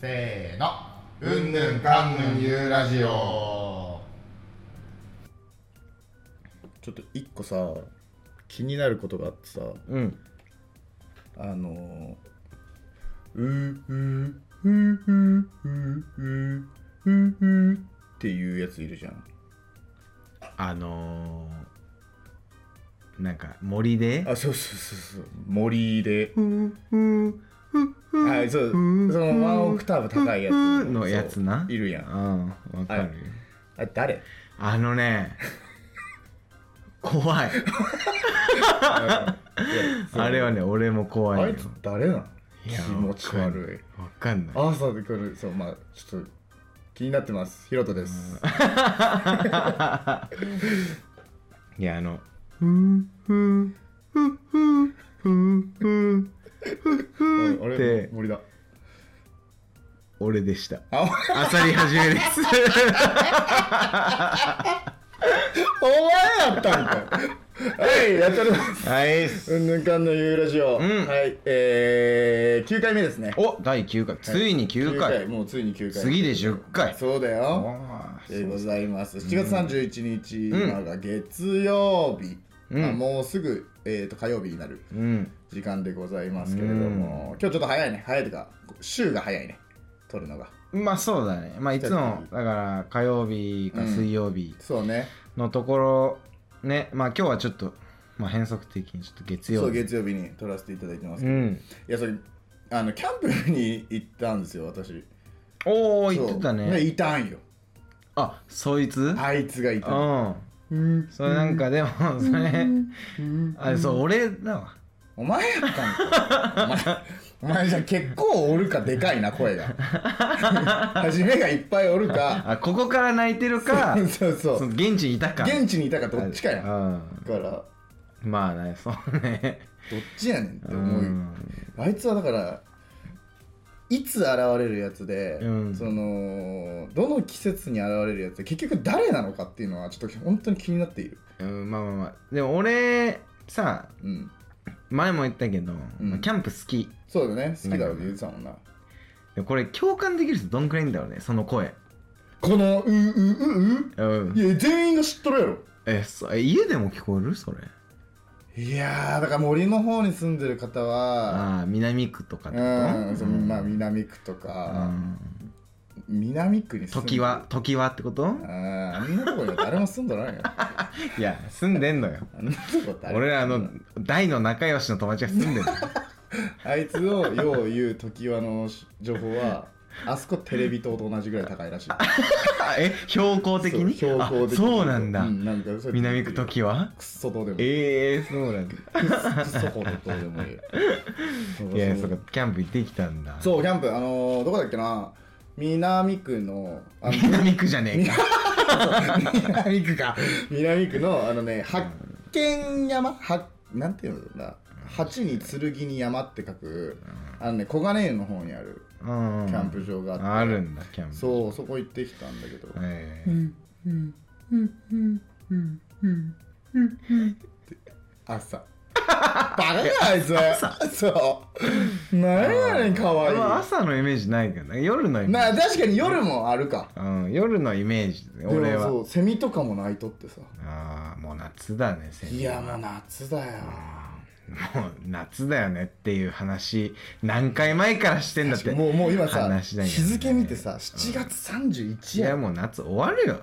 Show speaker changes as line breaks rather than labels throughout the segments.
せーの
うんぬんかんぬんゆうラジオ
ちょっと一個さ気になることがあってさ
うん
あのーうーうーうーうーうーうーうーうーっていうやついるじゃん
あのー、なんか森で
あそうそうそうそう森ではいそうそ
ん
のワンオクターブ高いやつ
のやつな
そういるや
うん
ん
わかる
ああれ誰
あのね怖いあれはね俺も怖
あ
い
い
よ
つ誰なの
い
気
や
持ち悪い
わかんない
朝で来るそうまあちょっと気になってますヒロトです
いやあの
ああ
で
れ森だ
俺でした
あお
あさり始めです
お前やったんかはいやっております
はい
うんぬんかんのゆうラジオ、
ん
はいえー、9回目ですね
お第9回ついに9
九
回
もうついに9回
次で10回
そうだよでございます7月31日、今が月曜日、
うん
あもうすぐ、えー、と火曜日になる
うん
時間でございますけれども、今日ちょっと早いね早いというか週が早いね撮るのが
まあそうだねまあいつもだから火曜日か水曜日
そうね
のところねまあ今日はちょっと、まあ、変則的にちょっと月
そ
曜
う
日
月曜日に撮らせていただいてます、
う
い
ん
やそれあのキャンプに行ったんですよ私
おお言
そう
ってたね
ねいたんよ
あそいつうん
あいつがいたのうん
それなんかでもそれ
うん
あそう俺だわ
お前やったんかお前お前じゃ結構おるかでかいな声が初めがいっぱいおるか
あここから泣いてるか
そうそ
そうの現地にいたか
現地にいたかどっちかやだ
うん
からどっ
まあねそうね
ちやねんって
う
思うよ
ん
あいつはだからいつ現れるやつで、
うん
そのどの季節に現れるやつで結局誰なのかっていうのはちょっと本当に気になっている
うんまあまあまあでも俺さ
うん
前も言ったけど、
うん
キャンプ好き
そうだね好きだろうって言ってたもんな
でこれ共感できる人どんくらいいんだろうねその声
このうううう
うん
ういや全員が知っとるやろ
えそえ家でも聞こえるそれ
いやーだから森の方に住んでる方は
ああ南区とか
う
ってこと
んそのまあ南区とか、南区に住んで
時は時はってこと
うんあんなとこには誰も住んどないよ
いや住んでんのよ
あんなとこ誰も
俺らの大の仲良しの友達が住 んでんの
あいつをよう言う時はの情報 はあそこテレビ塔と同じぐらい高いらしい
え標高的に
そう標高的に
あそうなんだ、
なんかそれ
南区時は
クソどうでもいい
ええそうなんだ
クソほどどうでもいい
いやそうかキャンプ行ってきたんだ
そうキャンプあのーどこだっけな南区のあの
南区じゃねえか
南区か南区のあのね八軒山八なんていうんだ八に剣に山って書くあのね小金井の方にある
うん
キャンプ場があって、
あるんだキャンプ
そうそこ行ってきたんだけど、
え
う
え
んうんうんうんうんうんうん朝 バカやあいつ そうなんやねんかわい
まあ
い
朝のイメージないからね夜のイメ
な
ージ、
確かに夜もあるか
うん、夜のイメージだね俺
で
は
もそうセミとかも鳴いとってさ
ああもう夏だね先生
いやもう夏だよ
もう夏だよねっていう話何回前からしてんだって
もうもう今さ、
話し
日
ないよね
付見てさ7月31
い
や
やもう夏終わるよ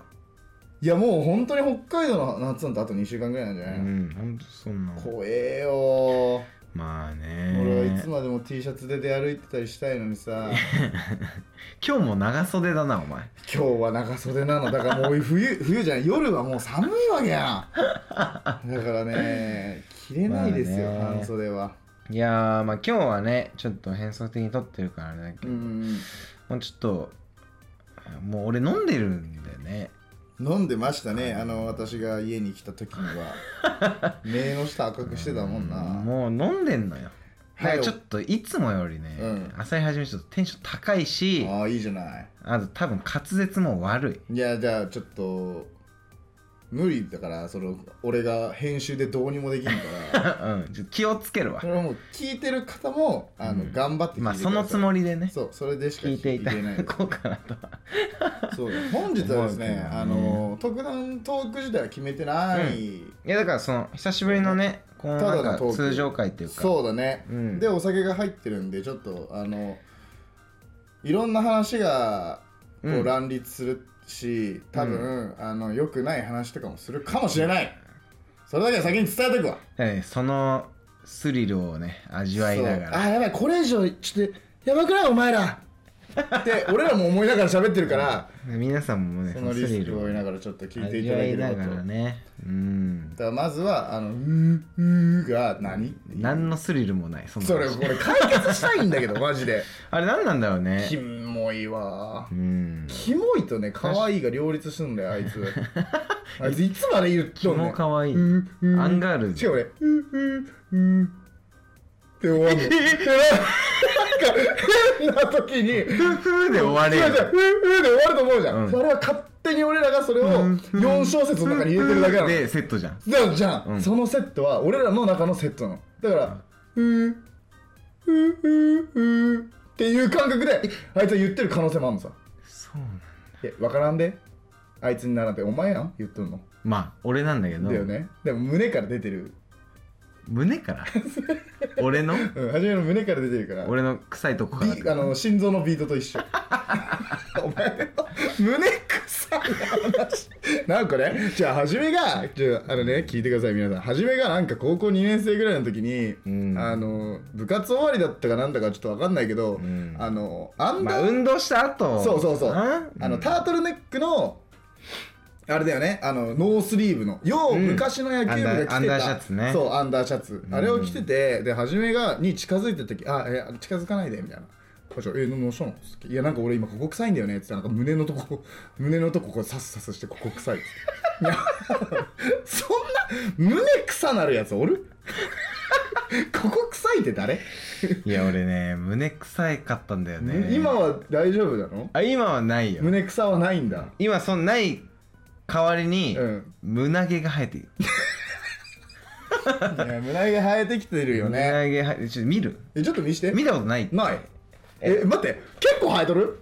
いやもう本当に北海道の夏なんてあと2週間ぐらいなんじゃ
う
ない、
んほんとそんな
怖えよ
まあね
俺はいつまでも T シャツで出歩いてたりしたいのにさ
今日も長袖だなお前
今日は長袖なのだからもう冬冬じゃない夜はもう寒いわけやんだからね着れないですよ、
まあね
半袖はい
やーまあ今日はねちょっと変則的に撮ってるからねだけ
う
ど、
ん
もうちょっともう俺飲んでるんだよね
飲んでましたねあの私が家に来た時には 目の下赤くしてたもんな、
もう飲んでんのよだからちょっといつもよりね、
うん
朝日始めちょっとテンション高いし
ああいいじゃない
あと多分滑舌も悪い
いやじゃあちょっと無理だからその俺が編集でどうにもできんから
うん、ちょ気をつけるわ
それはもう聞いてる方もあの、
うん
頑張って聞いて
まあそのつ
り
もりでね
そうそれでしか
聞いていた
聞な
だ
い
こうかなと
そうだ本日はです
思うけ
ね
どね
あの特段トーク自体は決めてない、
いやだからその久しぶりのねこの
ただ
な
の
ん
トーク
か通常会っていうか
そうだね、
うん
でお酒が入ってるんでちょっとあのいろんな話がこ
う
うん乱立するし、多分、あの良くない話とかもするかもしれないそれだけは先に伝えてくわ
だからねそのスリルをね味わいなが
そう
ら
あやばいこれ以上ちょっとやばくないお前ら って俺らも思いながら喋ってるから
皆さんもね
そのリスクを負いながらちょっと聞いてい
味
ただ
わ
け
い
れば
な
と
がらねうん
だからまずはあの「うーうー」が何
何のスリルもないその
それこれ解決したいんだけどマジで
あれ何なんだろうね
キモいわ
うん
キモいとね可愛いが両立するんだよあ いつあいついつもあれ言っ
キ
とんね
モかわいい
うんうん
アンガール
違
ズ
う俺「うーうーうー」って終 わるのなんか変な時に
ふふで終われ
違う違
よ
う、ううで終わると思うじゃん。
うん
それは勝手に俺らがそれを
うん
4小節の中に入れてるだけなの。
でセットじゃん
だからじゃん、
うん
そのセットは俺らの中のセットなの。だから、うー、うー、うー、うーっていう感覚で、あいつは言ってる可能性もあるのさ。
そうなん
え、わからんで。あいつにならんて、お前やん言ってるの。
まあ俺なんだけど
だよね。でも胸から出てる。
胸から俺の
うん、初めの胸から出てるから。
俺の臭いとこからって
ビあの心臓のビートと一緒 お前の胸臭い話なんかねじゃあ初めがじゃああのね聞いてください皆さん初めがなんか高校2年生ぐらいの時に、
うん
あの部活終わりだったかなんだかちょっと分かんないけど、
ん
あのアン
ま
ダ
あ
ー、
運動した後
そうそうそう
あ
あのタートルネックのあれだよねあのノースリーブのよう
うん
昔の野球部が着てた、
アンダーアンダーシャツね
そうアンダーシャツ、あれを着ててで初めがに近づいてた時「あえ近づかないで」みたいな「こっちえどうしたの?」いやなんか俺今ここ臭いんだよね」っつってなんか胸のとこ 胸のとここうサスサスしてここ臭いっつっていや そんな胸臭なるやつおる ここ臭いって誰、
いや俺ね胸臭いかったんだよね
今は大丈夫なの
あ今はないよ
胸臭はないんだ
今そのない代わりに、
うん
胸毛が生えている
いや胸毛生えてきてるよね
胸毛生えてちょっと見る
えちょっと見して
見たことない
ないえ待って結構生えとる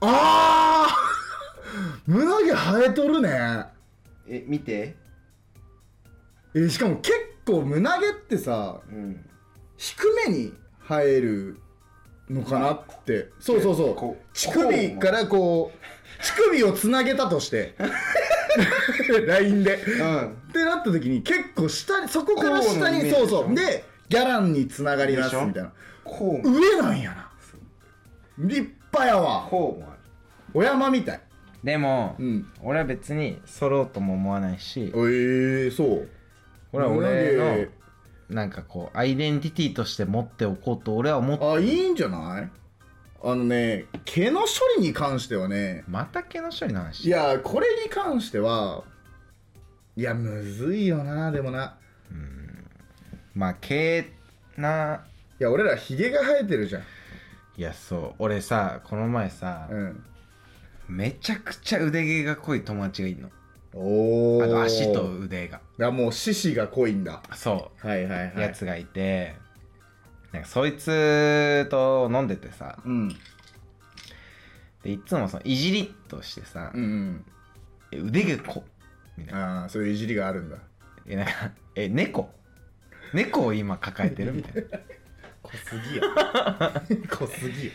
あー 胸毛生えとるね
え見て
えしかも結構胸毛ってさ
うん
低めに生えるのかなってそうそうそう
こう
乳首からこう乳首をつなげたとして LINE で
うん
ってなった時に結構下にそこから下に
こうのイメージ
そうそう
でしょ
でギャランにつながります
でしょ
みたいな
こ
上なんやな立派やわ
こうもある
お山みたい
でも、
うん
俺は別に剃ろうとも思わないし
ええそう
これは俺
胸
のなんかこうアイデンティティとして持っておこうと俺は思って
あいいんじゃないあのね毛の処理に関してはね
また毛の処理の話
いやこれに関してはいやむずいよなでもな
まあ毛ない
や俺らヒゲが生えてるじゃん
いやそう俺さこの前さ、
うん
めちゃくちゃ腕毛が濃い友達がいるの
おお
あの足と腕が
いやもう獅子が濃いんだ
そ
はいはいは
うやつがいて、なんかそいつと飲んでてさ
うん
でいつもそのいじりっとしてさ
うんう、ん
え腕毛こみたいな
ああそういういじりがあるんだ
えなんかえ猫猫を今抱えてる みたい
濃すぎや 濃すぎや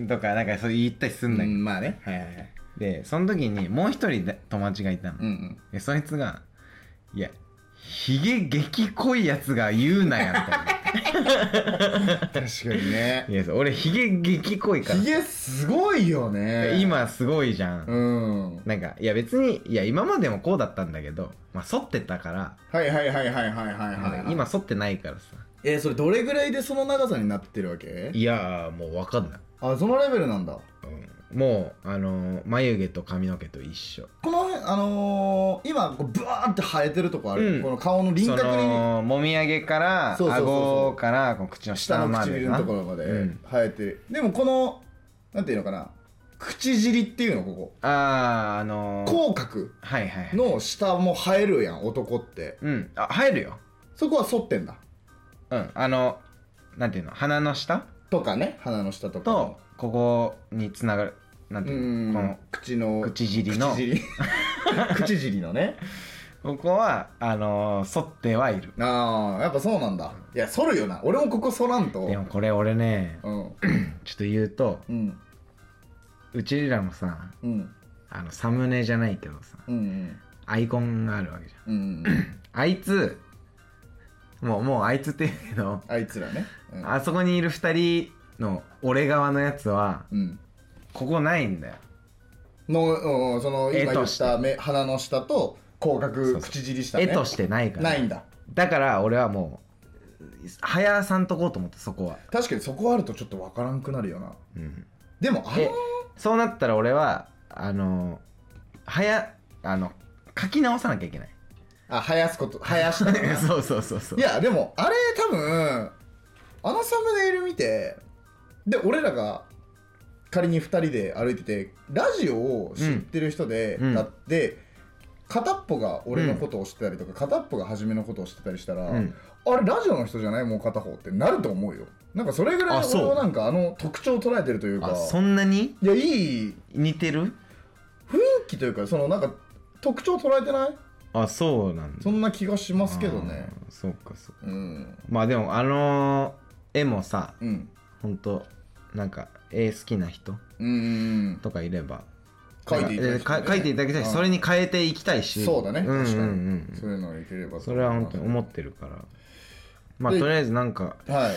なとかなんかそう言ったりすんだけど、
まあねはいはいはい
でその時にもう一人だ友達がいたの、
うん
でそいつが「いやひげ激濃いやつが言うなや」みたいな。
確かにね
いやそう俺ヒゲ激濃いか
ヒゲすごいよ
ら
ね
今すごいじゃん、
うん
なんかいや別にいや今までもこうだったんだけどまあ剃ってたから、
はいはいはいはいはいはい
なん
は
か
い
今剃ってないからさ
えーそれどれぐらいでその長さになってるわけ
いやーもう分かんない、
あそのレベルなんだ
うんもうあのー眉毛と髪の毛と一緒
この辺あのー、今こうブワーって生えてるとこある、
うん
この顔の輪郭
そ
に
のもみあげから
そうそうそうそう
顎からこう口の
下
下
の
まで
唇のところまで
うん
生えてる、でもこのなんていうのかな口尻っていうのこ
あああの
こ
ー
口角
はいはいはい
の下も生えるやん男って
うんあ入るよ
そこは反ってんだ
うんあのなんていうの鼻の下
とかね鼻の下とか
とここにつながるなん
う
ていうのこ
ん
の
口の
口尻の
口 尻 口尻のね
ここはあのー、反ってはいる
ああやっぱそうなんだいや反るよな俺もここ反らんと
でもこれ俺ね
うん
ちょっと言うと
うん
うちらもさ
うん
あのサムネじゃないけどさ
うん
アイコンがあるわけじゃん
うんうん
あいつもうもうあいつって言うけど
あいつらねうん
あそこにいる2人の俺側のやつは
うん
ここないんだよ
のうんその今
絵
言
と
っ
して
た目鼻の下と口
そうそ
角
う
口尻下ね
絵としてないから
ないんだ
だから俺はもう早さんとこうと思ってそこは、
確かにそこあるとちょっと分からんくなるよな
うん、
でもあ
え
の
そうなったら俺はあの早あの書き直さなきゃいけない
あ生やすこと生やしたからな
そうそうそうそう
いやでもあれ多分あのサムネイル見てで俺らが仮に2人で歩いててラジオを知ってる人で、
うん
だって片っぽが俺のことを知ってたりとか、片っぽが初めのことを知ってたりしたら、
うん
あれラジオの人じゃないもう片方ってなると思うよなんかそれぐらい
あそう
俺もなんかあの特徴を捉えてるというか
あそんなに
いやいい
似てる
雰囲気というかそのなんか特徴を捉えてない
あそうなんだ
そんな気がしますけどね
あーそうかそう
うん
まあでもあのー絵もさ
うん
ほんとなんか絵好きな人
うんうん
とかいれば
書いていただきたい
なんかえーか書いていただきたいし、
うん
それに変えていきたいし
そうだね、
うんうん
確かに、
うん
そういうのをいければ
それは本当に思ってるからまあ
で
とりあえずなんか
てはい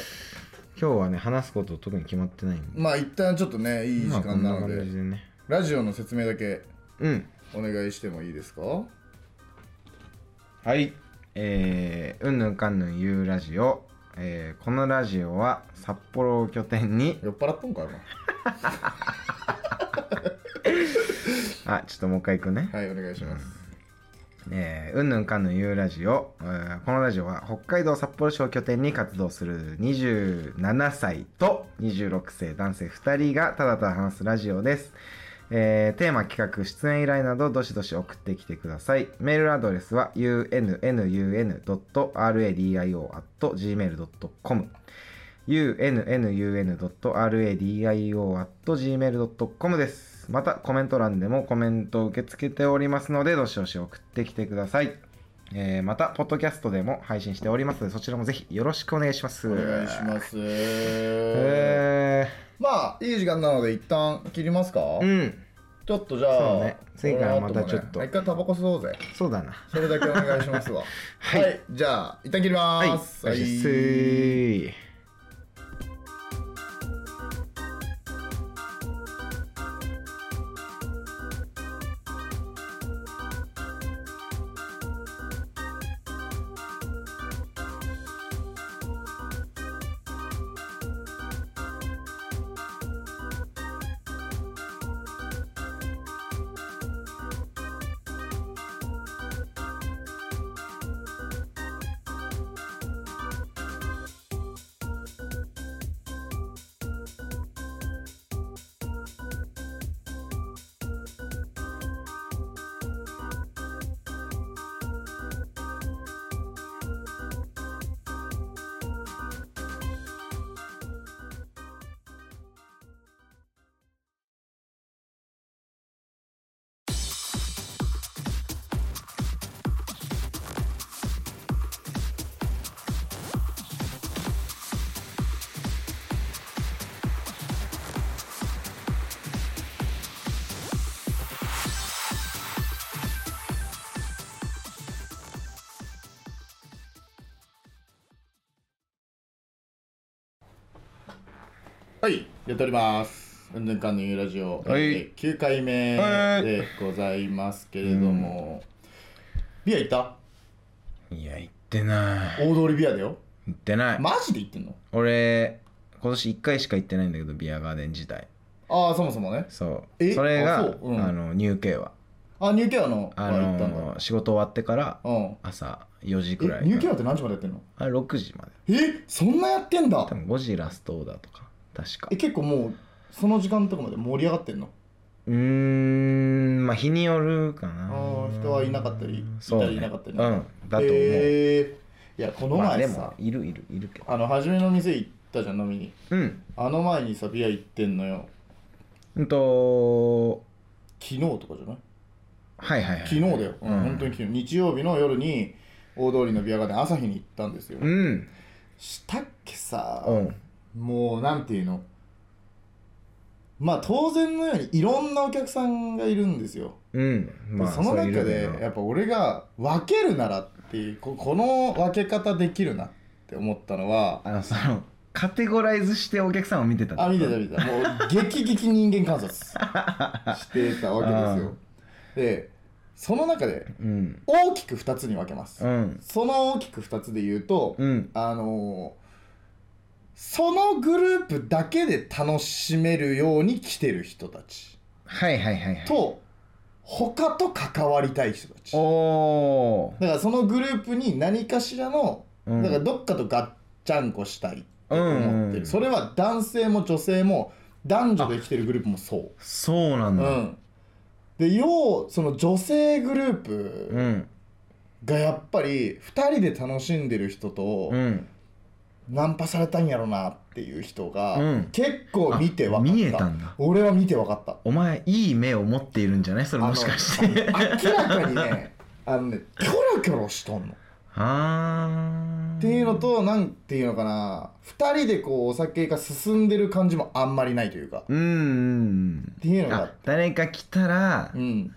今日はね話すこと特に決まってないんで
まあ一旦ちょっとねいい時
まあ
間なの
こん
で,、
感じでね
ラジオの説明だけ
うん
お願いしてもいいですか
はいえー、うんぬんかんぬんゆうラジオ、えーこのラジオは札幌を拠点に
酔っ払っとんかよ
あちょっともう一回いくね
お前はいお願いします、
えーうんぬんかんぬんゆうラジオ、えーこのラジオは北海道札幌市を拠点に活動する27歳と26歳男性2人がただただ話すラジオです、えーテーマ企画出演依頼などどしどし送ってきてくださいメールアドレスは unnun.radio.gmail.com unnun.radio.gmail.com です。また、コメント欄でもコメントを受け付けておりますので、どしどし送ってきてください。えーまた、ポッドキャストでも配信しておりますので、そちらもぜひよろしくお願いします。。
お願いしますす、
え
まあいい時間なので一旦切りますか、
ー、うん、
ちょっとじゃあ
そうね次からまたちょっと
この後もね一回タバコ吸おうぜ
そうだな。
それだけお願いしますわ
はい
じゃあ一旦切りま
はい、
ーす、
お願いします。
はい、やっております。うんぬんかんぬんゆうラジオ、
はい
えー9回目
はい
でございますけれども、ビア行った
いや、行ってない。
大通りビアだよ。
行ってない。
マジで行ってんの
俺、今年1回しか行ってないんだけど、ビアガーデン自体。
ああ、そもそもね。
そう
え
それが
あ
あ
そううん
の入慶は
あ、ニューケアの、
あ
あ行ったんだ。
の仕事終わってから
うん。
朝4時くら
え、
い
ニューケアって何時までやってんの
あれ6時まで
え、そんなやってんだ
多分5時ラストオーダーとか確か
え、結構もう、その時間とかまで盛り上がってんの
うーんまあ日によるかな
あー人はいなかったり
そうね
いたりいなかったり
うんだと思う、
えー、いやこの
まあ
前
で
さ、
もいるいるいるけど
あ、の初めの店行ったじゃん飲みに
うん
あの前にさビア行ってんのよ
うんと
昨日とかじゃない
はいはいはい
昨日だよ、うん
うん
本当に昨日日曜日の夜に大通りのビアガーデン朝日に行ったんですよ、
うん
したっけさ、
うん
もうなんていうのまあ当然のようにいろんなお客さんがいるんですよ、
うんまあ
その
うい
中
う
で
の
やっぱ俺が分けるならっていうここの分け方できるなって思ったのは
あのそのカテゴライズしてお客さんを見てた
あ見てた見てたもう激激人間観察 してたわけですよでその中で
うん
大きく2つに分けます、
うん
その大きく2つで言うと、
うん
あのーそのグループだけで楽しめるように来てる人たち
はいはいはいはい
と他と関わりたい人たち
お
だ
お
からそのグループに何かしらの、
うん
だからどっかとガッチャンコしたいって思ってる、
うん
それは男性も女性も男女で来てるグループもそう
そうなん
う
だ
んで要その女性グルー
う
プ
ん
がやっぱり2人で楽しんでる人と、
うん
ナンパされたんやろなっていう人が、
うん
結構見て分かった
あ見えたんだ
俺は見て分かった
お前いい目を持っているんじゃないそれ もし かして
あの明らかにねあのねキョロキョロしとんの
あー
っていうのとなんていうのかな2人でこうお酒が進んでる感じもあんまりないというかっ
うんうん
ていう
う
の
ん
が
あ誰か来たら
うん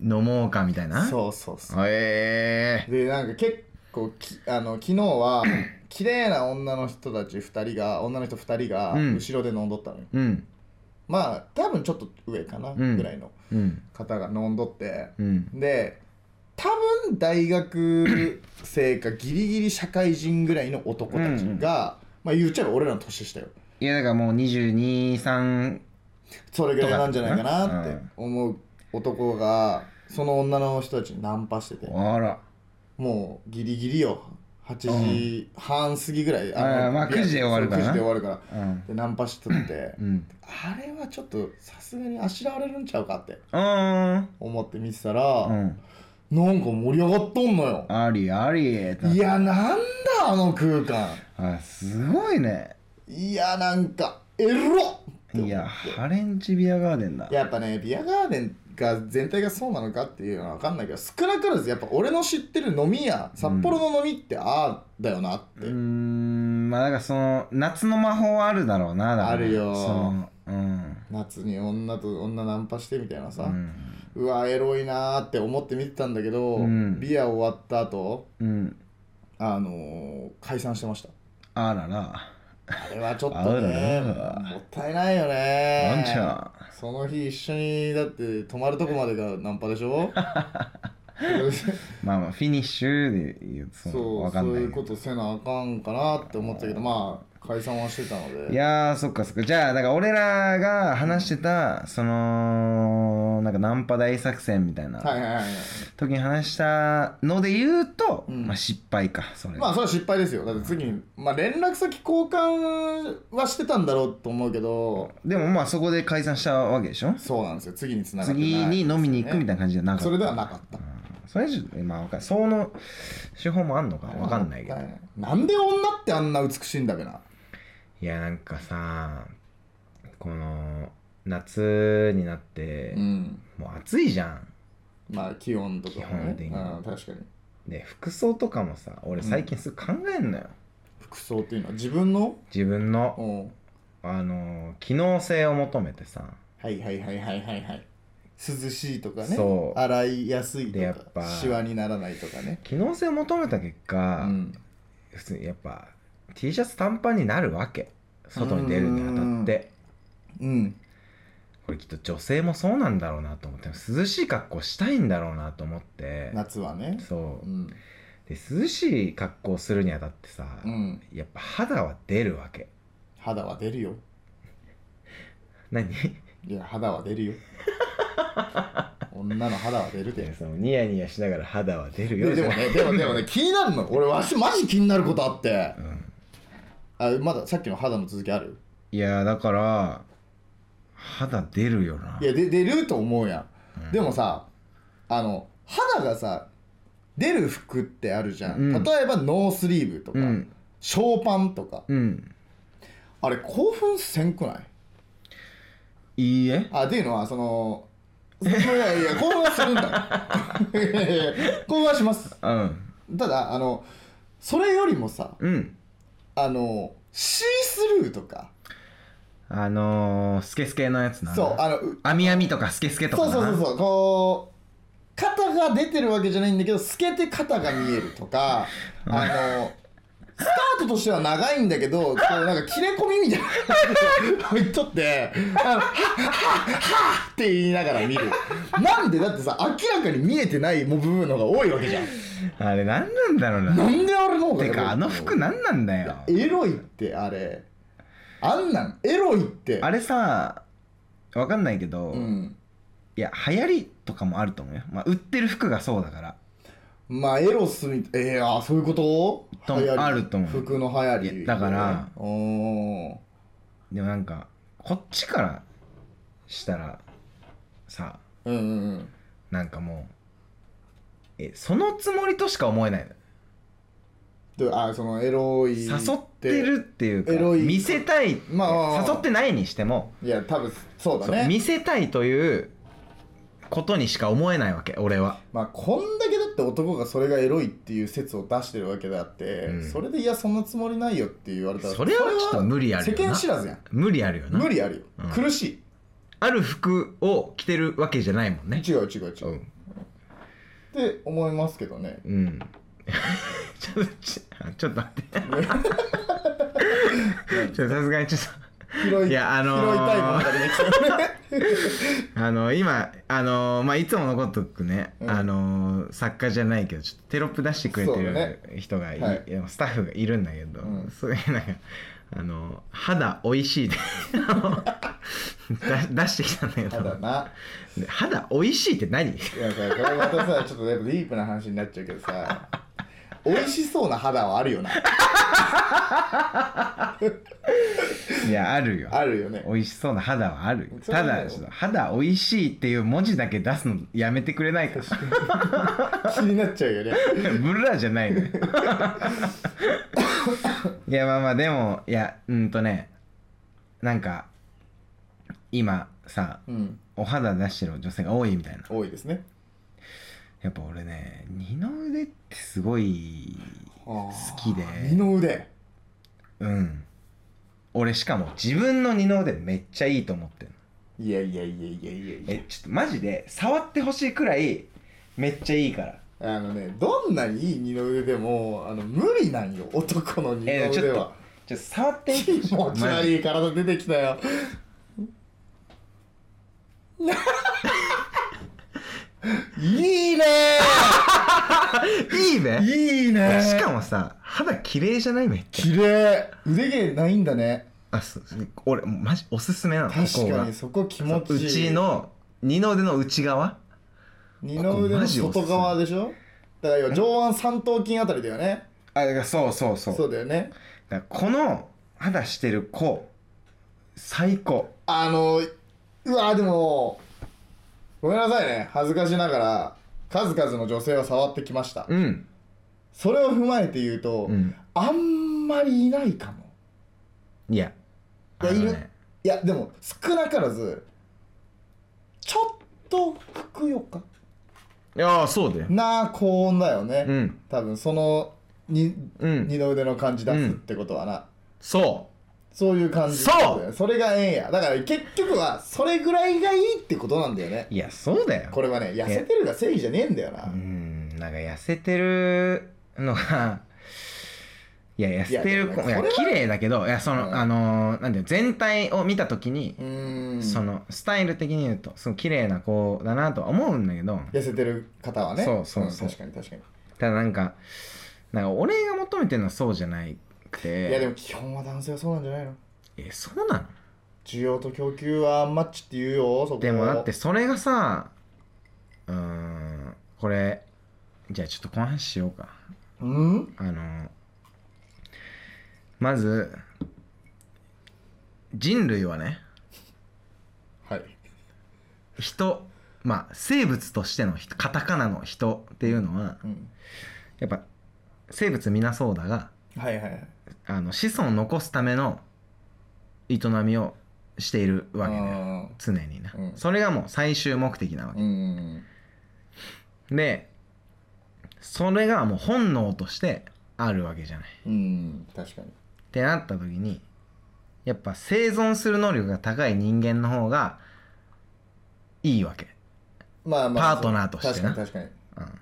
飲もうかみたいな
そうそうそう
ええ
でなんか結構きあの昨日 は綺麗な女の人たち2人が女の人2人が
うん
後ろで飲んどったのよ、
うん
まあ多分ちょっと上かな、
うん
ぐらいの
うん
方が飲んどって
うん
で多分大学生かギリギリ社会人ぐらいの男たち
うんうん
が、まあ言っちゃえば俺らの年下よ
いやだからもう223
それぐらいなんじゃないかなっ
う
て
ん
思う男がその女の人たちにナンパしてて
あら
もうギリギリよ8時半過ぎぐらい、
あーまあ9時で終わるからな
9時で終わるから
うん
でナンパしてって
うん
あれはちょっとさすがにあしらわれるんちゃうかって
うん
思って見てたら、
うん
なんか盛り上がっとんのよ
ありあり
いやなんだあの空間
あすごいね
いやなんかエロって思
い
って
やハレンチビアガーデンだ
やっぱねビアガーデンが全体がそうなのかっていうのは分かんないけど少なからずやっぱ俺の知ってる飲み屋札幌の飲みってああだよなって、
うーんまあだからその夏の魔法はあるだろうなだから
あるよ
そのうん
夏に女と女ナンパしてみたいなさ、
う
うんわエロいなーって思って見てたんだけど、
うん
ビア終わった後
うん
あのー解散してました
あらら
あれはちょっと
あら
ね
ら
もったいないよね
なんちゃ
その日一緒にだって泊まるとこまでがナンパでし ょ
まあまあフィニッシュで言う
そ
そうのわか
そ
ん
う
ない
いう
けど
ことせなあかんかなって思ったけどまあ解散はしてたので
いやーそっかそっかじゃあだから俺らが話してたそのなんかナンパ大作戦みたい
はい
な
はいはいはい
時に話したので言うと、
うん
まあ失敗かそれ
まあそれは失敗ですよだって次に、まあ、連絡先交換はしてたんだろうと思うけど
でもまあそこで解散したわけでしょ
そうなんですよ次につながってない
次に飲みに行くみたいな感じじゃなかった
それではなかった
うんそれじゃまあわかんその手法もあんのかわかんないけど
なんで女ってあんな美しいんだべない
やなんかさこの夏になって、
うん
もう暑いじゃん
まあ気温とかも
基本
ね
的に
うん確かに
で服装とかもさ俺最近すぐ考えんのよ、
服装っていうのは自分の
自分の
うん
あの機能性を求めてさ
はいはいはいはいはいはい涼しいとかね
そう
洗いやすい
でや
と
っ
か
ぱ
シワにならないとかね
機能性を求めた結
う
果、
ん
普通にやっぱ T シャツ短パンになるわけ外に出るにあたって
うん
これきっと女性もそうなんだろうなと思って涼しい格好したいんだろうなと思って
夏はね
そううんで涼しい格好するにあたってさ、
うん
やっぱ肌は出るわけ
肌は出るよ
何
いや肌は出 るよ女の肌は出る
いや
で
そのニヤニヤしながら肌は出るよ
ででもねでもでもね気になるの俺わしマジ気になることあって
うん
あまださっきの肌の続きある
いやだから肌出るよない
やで出ると思うや
うん
んでもさあの肌がさ出る服ってあるじゃん、
うん
例えばノースリーブとか、
うん
ショーパンとか
うん
あれ興奮せんくない
いいえ
あっていうのはそのいやいや興奮はするんだよいやいやいや興奮はします
うん
ただあのそれよりもさ
うん
あのシースルーとか
あのー、スケスケのやつな
そうあのう
網網とかスケスケとか
そう
な
そうそうそうこう肩が出てるわけじゃないんだけど透けて肩が見えるとかあのスカートとしては長いんだけどこうなんか切れ込みみたいな入っとって「あのはっはっはっ」って言いながら見るなんでだってさ明らかに見えてない部分の方が多いわけじゃん
あれ何なんだろうな
なんであれの方が
てかあの服何なんだよ
エロいってあれあんなんエロいって
あれさわかんないけど、
うん
いや流行りとかもあると思うよ、まあ、売ってる服がそうだから
まあエロスみたいえー、あーそういうこと
と
流行り
あると思う
服の流行
い
り
やだから
おー
でもなんかこっちからしたらさ
うんうんうん
なんかもうえそのつもりとしか思えないの
であーそのエロい
誘ってるっていうか
エロい
見せたい、
まあまあまあ
誘ってないにしても、
いや多分そうだ
そう
ね
見せたいということにしか思えないわけ俺は
まあこんだけだって男がそれがエロいっていう説を出してるわけであって、
うん
それでいやそんなつもりないよって言われたら
それはちょっと無理あ
世
るよ
間
な
知らずやん
無理あるよな
無理あるよ、
うん
苦し
ある服を着てるわけじゃないもんね
い違う違う違う、
う
っ
ん
て思いますけど ね
うんちょっとちちょっと待ってちょっとさすがにちょっ
拾い
いやあ
拾
のー
いたいものが出てきたよね
とあの今あのまあいつものごとくね、
うん
あの作家じゃないけどちょっとテロップ出してくれて
そうだ
る人がい、
はい
いやスタッフがいるんだけど、
うん
そういうなんかあの肌おいしいであの 出出してきたんだけ
た だ
ど
な
で肌おいしいって何
いやさこれまたさちょっとやっぱディープな話になっちゃうけど さ美味しそうな肌はあるよない
やあるよ
あるよね
美味しそうな肌はあるよ
それ
た
はね
だちょっと肌美味しいっていう文字だけ出すのやめてくれない か
気になっちゃうよね
ブラじゃ ないねいやまあまあでもいやうんとねなんか今さ
うん
お肌出してる女性が多いみたいな
多いですね
やっぱ俺ね二の腕ってすごい
好
きで
二の腕
うん俺しかも自分の二の腕めっちゃいいと思ってる
いやいやいやいやいやいや
えちょっとマジで触ってほしいくらいめっちゃいいから
あのねどんなにいい二の腕でもあの無理なんよ男の二
え
の
ち
腕
ょっ
は
と、ちょっと触ってみて
気持ち
マジ
悪い体出てきた よいいね
いいべ
いいね
しかもさ肌綺麗じゃないめっちゃ
綺麗腕毛ないんだね
あそう俺マジおすすめなのここ
確か
が
にそこ気持ちいいう
ちの二の腕の内側
二の腕の外側でしょだから要は上腕三頭筋あたりだよね
あだからそうそうそう
そうだよね
だからこの肌してる子最高
あのうわでもごめんなさいね恥ずかしながら数々の女性は触ってきました
うん、
それを踏まえて言うと、
うん、
あんまりいないかも
いや
いや
あの
いるいやでも少なからずちょっとふくよか
いやーそうだよ
な高音だよね、
うん
多分そのに
うん
二の腕の感じ出すってことはな、
そ
そういう感じ
そう
だよそれがええんやだから結局はそれぐらいがいいってことなんだよね
ういやそうだよ
これはね痩せてるが正義じゃねえんだよな、
うんなんか痩せてる のがいや痩せてる子い
いや
や
でもねこ
綺
れは
麗だけどいやその、
うん
あのーなんていうの全体を見た時に
う、ーん
そのスタイル的に言うとすごい綺麗な子だなとは思うんだけど
痩せてる方はね
そうそうそうん
確かに確かに、
ただなんかなんか俺が求めてるのはそうじゃないくて
いやでも基本は男性はそうなんじゃないの
えそうなの
需要と供給はマッチって言うよそこ
でもだってそれがさうーんこれじゃあちょっとこの話しようか
うん
あのまず人類はね
はい
人まあ生物としての人カタカナの人っていうのは
うん
やっぱ生物皆そうだが
はいはいはい
あの子孫を残すための営みをしているわけだよ
あ
常にな、
うん
それがもう最終目的な
ー
わ
う
け、
ん
でそれがもう本能としてあるわけじゃない
うん確かに
ってなった時にやっぱ生存する能力が高い人間の方がいいわけ、
まあまあ
パートナーとしてな
確かに確かに
うん、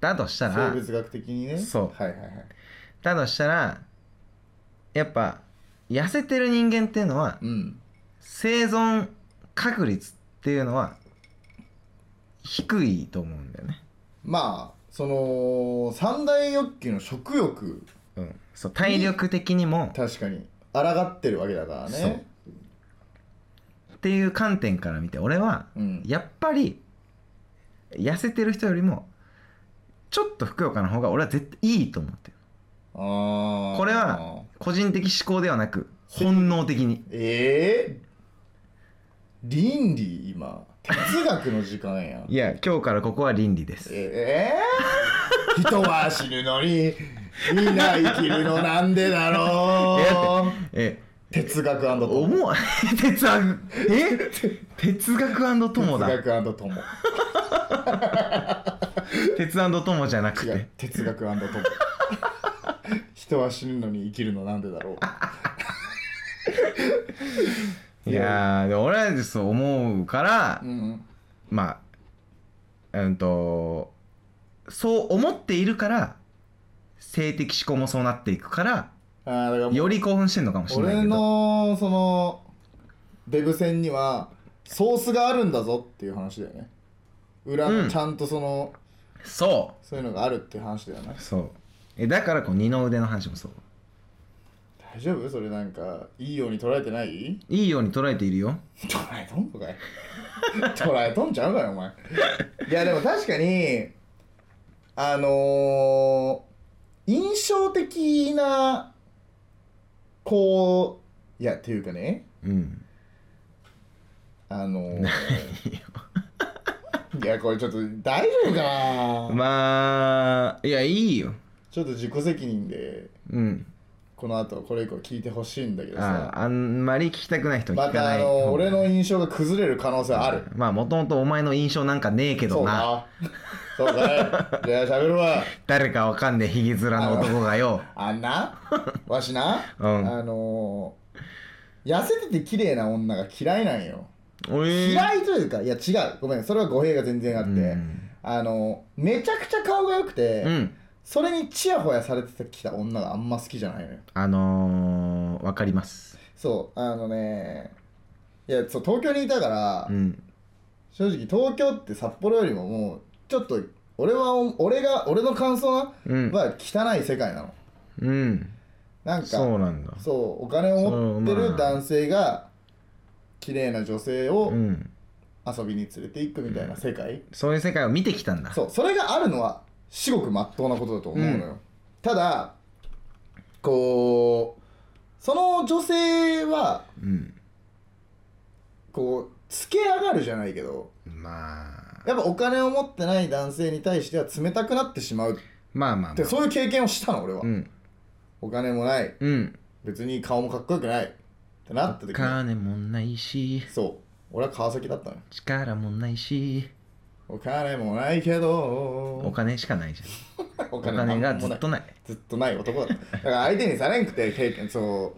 だとしたら
生物学的にね
そう
はいはいはい
だとしたらやっぱ痩せてる人間っていうのは
うん
生存確率っていうのは低いと思うんだよね、
まあその三大欲求の食欲
うん、そう体力的にも
確かに抗ってるわけだからね
っていう観点から見て俺は
うん
やっぱり痩せてる人よりもちょっとふくよかな方が俺は絶対いいと思ってる
ああ
これは個人的思考ではなく本能的に
ええ倫理今哲学の時間やん
いや今日からここは倫理です
ええ人は死ぬのにみんな生きるのなんでだろう
え
哲学友
思わ 哲学え哲学友だ
哲学友
鉄友じゃなく
違
て
う哲学友人は死ぬのに生きるのなんでだろう
いやーでも俺はそう思うから
うん
まあうんとそう思っているから性的思考もそうなっていくから
あーだからもう
より興奮してんのかもしれない
俺
けど
のそのデブ戦にはソースがあるんだぞっていう話だよね裏
うん
のちゃんとその、
そ
そういうのがあるっていう話だよね
うそうえだからこう二の腕の話もそう
大丈夫それなんかいいように捉えてない
いいように捉えているよ
捉えとんのかい 捉えとんちゃうかよお前いやでも確かにあのー印象的なこういやっていうかね
うん
あのーいやこれちょっと大丈夫かな、
まあいやいいよ
ちょっと自己責任で
うん
この後これ以降聞いてほしいんだけど
あ
さ
ああんまり聞きたくない人は
ま
聞か
た
な
あ
い
のー
方が
俺の印象が崩れる可能性ある、
まあもともとお前の印象なんかねえけ
そ
ど
う
な
かそうかいじゃあ喋るわ
誰かわかんねえひげ面の男がよ
あんなわしな、
うん
あのー痩せてて綺麗な女が嫌いなんよ、
おえ
嫌いというかいや違うごめんそれは語弊が全然あって、
うん
あのーめちゃくちゃ顔が良くて、
うん
それにチヤホヤされてきた女があんま好きじゃないのよ
あのー、わかります
そうあのねいやそう東京にいたから、
うん
正直東京って札幌よりももうちょっと俺は俺が俺の感想は、
うん
は汚い世界なの
うん
なんか
そうなんだ
そうお金を持って
そうま
る
あ
男性が綺麗な女性を
うん
遊びに連れて行くみたいな世界、
そういう世界を見てきたんだ
そうそれがあるのは至極まっとうなことだと思うのよ、ただこうその女性は
うん
こうつけ上がるじゃないけど
まあ
やっぱお金を持ってない男性に対しては冷たくなってしまうっ
まあまあまあ
てそういう経験をしたの俺は、
うん
お金もない
うん
別に顔もかっこよくないってなった時に
金もないし
そう俺は川崎だったのよ
力もないし
お金もないけど
お金しかないじゃ
お
んお金がずっと
ない
ない
ずっとない男だっただから相手にされんくて経験そ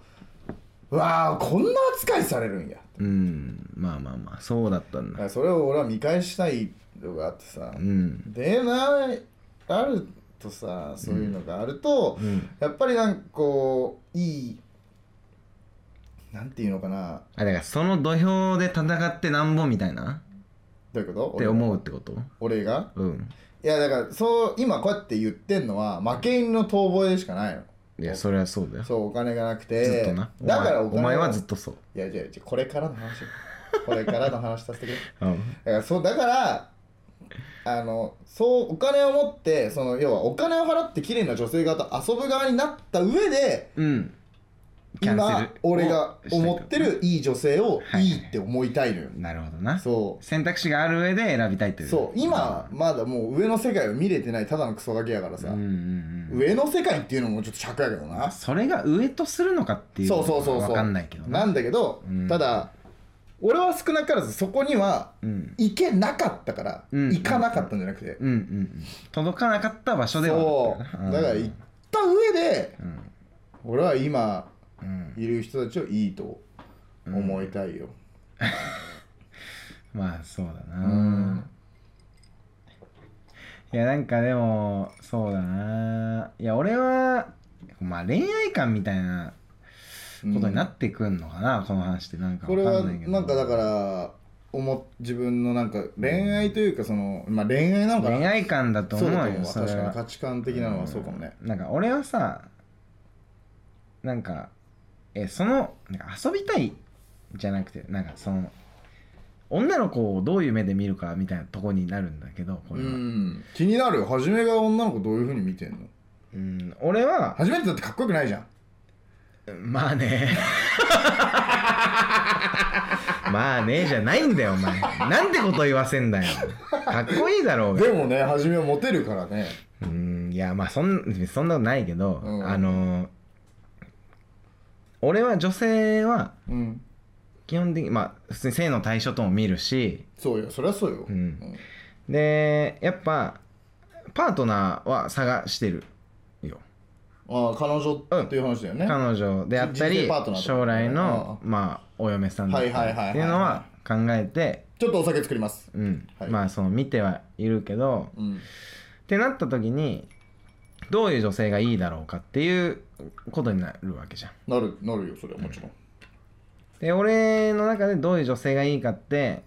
ううわあこんな扱いされるんや
うんまあまあまあそうだったん
だ
だ
からそれを俺は見返したいのがあってさ
うん
でなあるとさそういうのがあると、
うん
やっぱりなんかこういいなんていうのかな
あだからその土俵で戦ってなんぼみたいな
どういうこと
って思うってこと
俺が
うん
いやだからそう今こうやって言ってんのは負け犬の遠吠えでしかないの
いやそれはそうだよ
そうお金がなくて
ずっとなお前
だからお
お
金
前はずっとそう
いやいやいやこれからの話これからの話させてくれ
うん
だからそうだからあのそうお金を持ってその要はお金を払って綺麗な女性側と遊ぶ側になった上で
うんキャンセ
今
ルを
俺が思ってるいい女性を
はい
いいって思いたいのよ、
なるほどな
そ
選択肢がある上で選びたいと
う
いう
そう今まだもう上の世界を見れてないただのクソガキやから
う
さ、
んうんうん
上の世界っていうのもちょっと尺やけどな
それが上とするのかっていう
そうそうそうそう
分かんないけどな
なんだけど、
うん
ただ俺は少なからずそこには
うん
行けなかったから、
うん
行かなかったんじゃなくて、
うんうんうん届かなかった場所では
そ
あったよな
うだから行った上で
うん
俺は今
うん
いる人たちをいいと思いたいよ、
まあそうだな、
うん
いやなんかでもそうだないや俺はまあ恋愛観みたいなことになってくんのかな、この話ってなんか
こ
わ
れ
か
は
んないけど
なんかだから思っ自分のなんか恋愛というかその、まあ、恋愛なのかな
恋愛観だと
そ
思
う
う
だ
よ
と思うわ
それ
確かに
は
価値観的なのはそうかもね、
うんなんか俺はさなんかえそのなんか遊びたいじゃなくてなんかその女の子をどういう目で見るかみたいなとこになるんだけどこ
う
れは、
ん気になるよはじめが女の子どういうふうに見てんの
うん、俺は
初めてだってかっこよくないじゃん
まあね まあねじゃないんだよお前なんてこと言わせんだよかっこいいだろうが
でもねはじめはモテるからね
うんいやまあそんそんなことないけど、
うん
あの俺は女性は
うん
基本的にまあ普通に性の対象とも見るし
そうよそりゃそうよ、
うんでやっぱパートナーは探してるよ
ああ彼女っていう話だよね、
彼女であった
人
り
生パートナーとかね
将来のまあお嫁さんだったりっていうのは考えて
ちょっとお酒作ります
うん
はい
まあその見てはいるけど
うん
ってなった時にどういう女性がいいだろうかっていうことになるわけじゃん。
なるなるよそれはもちろん、
で俺の中でどういう女性がいいかって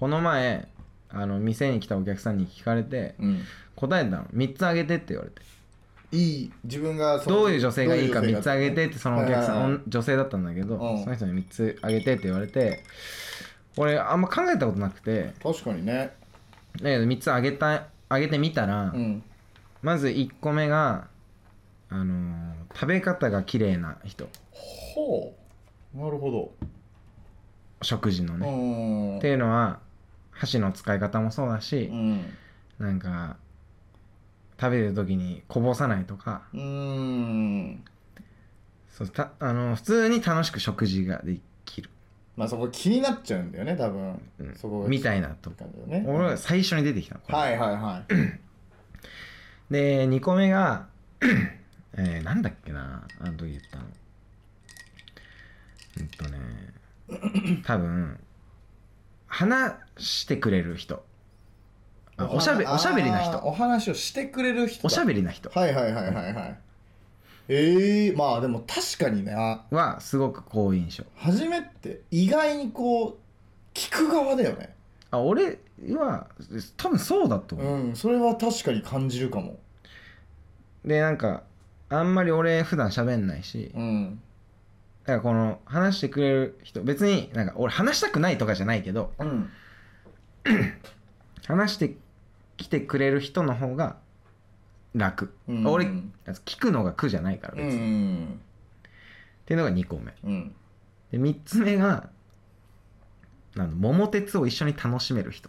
この前あの店に来たお客さんに聞かれて
うん
答えたの3つあげてって言われて
いい自分がその
どういう女性がいいか
どういう
3
女性
つあげてってそのお客さん、
はいはいはい
女性だったんだけど、
うん
その人に3つあげてって言われて俺あんま考えたことなくて
確かにね
だけど3つあげたあげてみたら、
うん
まず1個目があのー食べ方が綺麗な人
ほうなるほ
食事の
ど、
ね、
うん
っていうのは箸の使い方もそうだし、
うん
なんか食べる時にこぼさないとか
うーん
そうたあの普通に楽しく食事ができる、
まあそこ気になっちゃうんだよね多分、
うん
そこ
みた
い
いなとこ
感じだよね
俺は最初に出てきたのこれ
はいはいはい
で2個目が、 えー、なんだっけなあの時言ったのうんとね 多分話してくれる人あおしゃべ
は
おしゃべり
あ
な
ー
人
お話をしてくれる人だ
おしゃべりな人
はいはいはいはいはいええー、まあでも確かにねあ
はすごく好印象
初めって意外にこう聞く側だよね
あ俺は多分そうだと思う
うんそれは確かに感じるかも
でなんかあんまり俺普段喋んないし、だ
うん
からこの話してくれる人別になんか俺話したくないとかじゃないけど
うん
話してきてくれる人の方が楽、
うん
俺
うん
聞くのが苦じゃないから
う
別に、っ
ん
ていうのが2個目
うん
で3つ目があの桃鉄を一緒に楽しめる人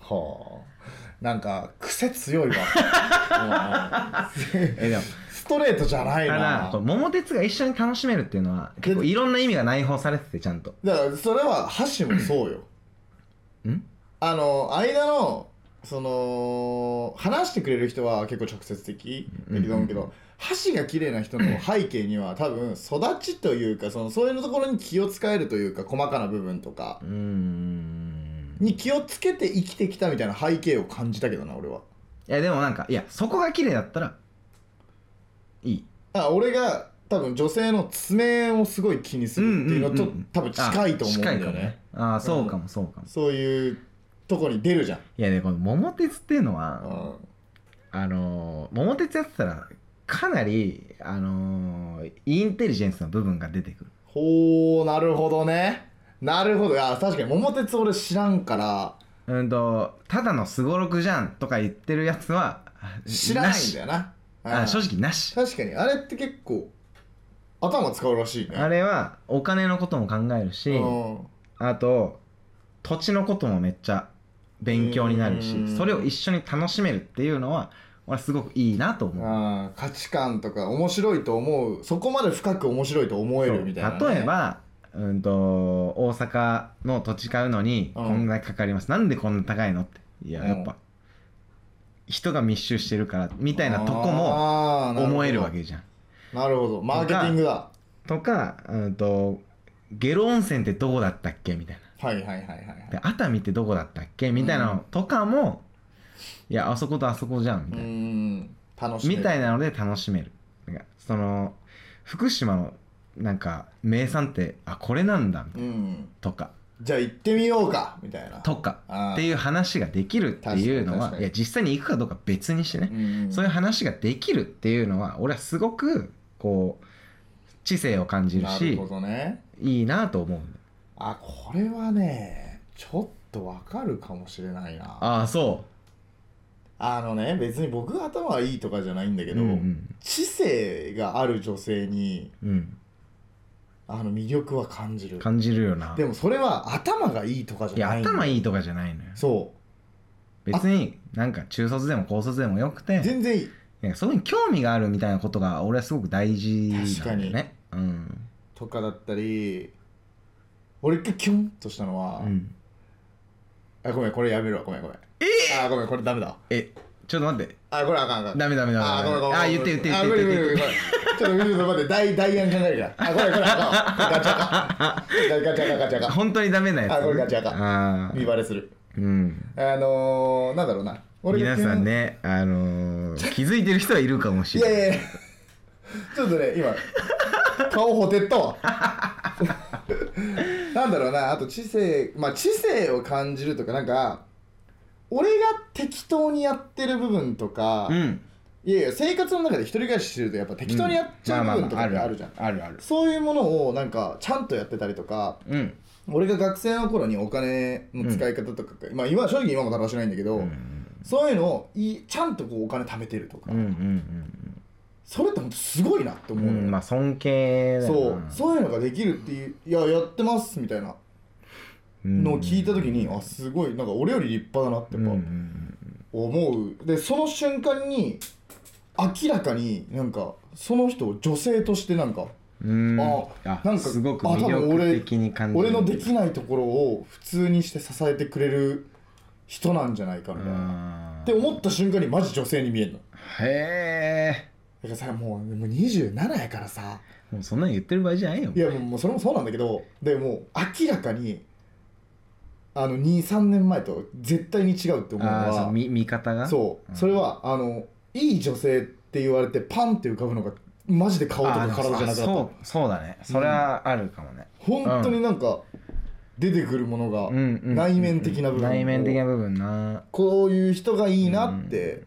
はあなんか癖強い わうん
えでも
ストレートじゃな
だ
い
か
な
らこう桃鉄が一緒に楽しめるっていうのは結構いろんな意味が内包されててちゃんと
だからそれは箸もそうよ
ん
あの間のその話してくれる人は結構直接的だけど思うけど、箸が綺麗な人の背景には多分育ちというかそのそういうところに気を使えるというか細かな部分とか
うーん
に気をつけて生きてきたみたいな背景を感じたけどな俺はい
やでもなんかいやそこが綺麗だったらいい
あ俺が多分女性の爪をすごい気にするっていうのと、多分近いと思うんだよね
ああーそうかもそうかも、
そういうとこに出るじゃん、
いやでこの桃鉄っていうの
う
は、
ん
あのー桃鉄やってたらかなりあのーインテリジェンスの部分が出てくる
ほうなるほどねなるほどあ確かに桃鉄俺知らんから
うんとただのすごろくじゃんとか言ってるやつは
知らないんだよな
あ
あ
正直なし
確かにあれって結構頭使うらしいね
あれはお金のことも考えるし
うん
あと土地のこともめっちゃ勉強になる
う
し
ん
それを一緒に楽しめるっていうのは俺はすごくいいなと思う
あー価値観とか面白いと思うそこまで深く面白いと思え
そう
るみたいなね、
例えばうんと大阪の土地買うのに
うん
こんなかかります、なんでこんな高いのっていや
うん
やっぱ、人が密集してるからみ
み
たいなとこも思えるわ
け
けじゃん
なるほどマーケティングだ
とかうんと下呂温泉ってどこだったっけみたい
はいはいはいはい
なで熱海ってどこだったっけみたいなのとかも、いやあそことあそこじゃんみ
う
たいな、
ん楽しめる
みたいなので楽しめるなんかその福島のなんか名産ってあこれなんだみたいな
うん
とか
じゃあ行ってみようかみたいな
とか
っ
っていう話ができるっていう
確か
のは
に確か
い
に
や実際に行くかどうか別にしてね、
うん
そういう話ができるっていうのは俺はすごくこう知性を感じる
な
し
るほどね
いいなと思う
あこれはねちょっとわかるかもしれないなあ
ああそ
のね別に僕が頭はいいとかじゃないんだ
う
けど、
うんうん
知性がある女性に
うん、
あの魅力は感じる
感じるよな
でもそれは頭がいいとか
い
じゃ
や
ないんだ
頭いいとかじゃないのよ
そ
別になんか中卒でも高卒でもよく
う
て
全然いい
いやそういう興味があるみたいなことが俺はすごく大事なんだよねうん
とかだったり俺一回キュンとしたのは、
うん
あごめんこれやめるわごめんごめんえあごめんこれダメだわ
えちょっと待って
あこれあかんあかん
ダメダメダメ
あ、ごめんご
ダ
め
メ
ん。
あ言って言って言っ
あ、
て
ごめんごめんご
言っ
め
て
ん。ちょっと見て待って、大大案考えるから。あ、これこれあかん。ガチャか。ガチャガチャガチャガチャ
本当にダメなやつ、
あこれガチャだ
あ
見
ー
バレする。
うん
あのー、なんだろうな。が
皆さん。ね、あのー、気づいてる人はいるかもし
いや
れない
いやいや。ちょっとね、今、顔ほてったわ。なんだろうな、あと知性、まあ知性を感じるとか、なんか、俺が適当にやってる部分とか、
うん
いやいや、生活の中で一人暮らししてると、やっぱ適当にやっちゃう部分とかってあるじゃん。
あるある
そういうものをなんかちゃんとやってたりとか
うん、
俺が学生の頃にお金の使い方とか、まあ今正直今も正しないんだけど、
うん
そういうのをいいちゃんとこうお金貯めてるとか、
うんうん
それって本当すごいなって
うんう
思うのよ、
んまあ尊敬だ
そ
よ
う
な
そういうのができるっていういややってますみたいな
うん
のを聞いた時に、あすごいなんか俺より立派だなって
うんう
やっぱ
ん
思うでその瞬間に明らかになんかその人を女性としてなんか
うん
あ
あ
なんか
すごく
あ多
魅
分
力的に感じる
俺のできないところを普通にして支えてくれる人なんじゃないかみたいな。
あー
って思った瞬間にマジ女性に見えるの。だ
へ
からさもうもう27やからさ
えもうそんなの言ってる場合じゃないよ
いやもうもうそれもそうなんだけどでもう明らかにあの23年前と絶対に違うって思うの
ああーそう
は
見見方が
そうそれはあのいい女性って言われてパンって浮かぶのがマジで顔と
あ
か
ーでも
体じゃなく
あ
な
そ
った
うそうだねそれはあるかもね、
本当になんか出てくるものが
うんうんうん
内面的な部分
内面的な部分な
こういう人がいいなって、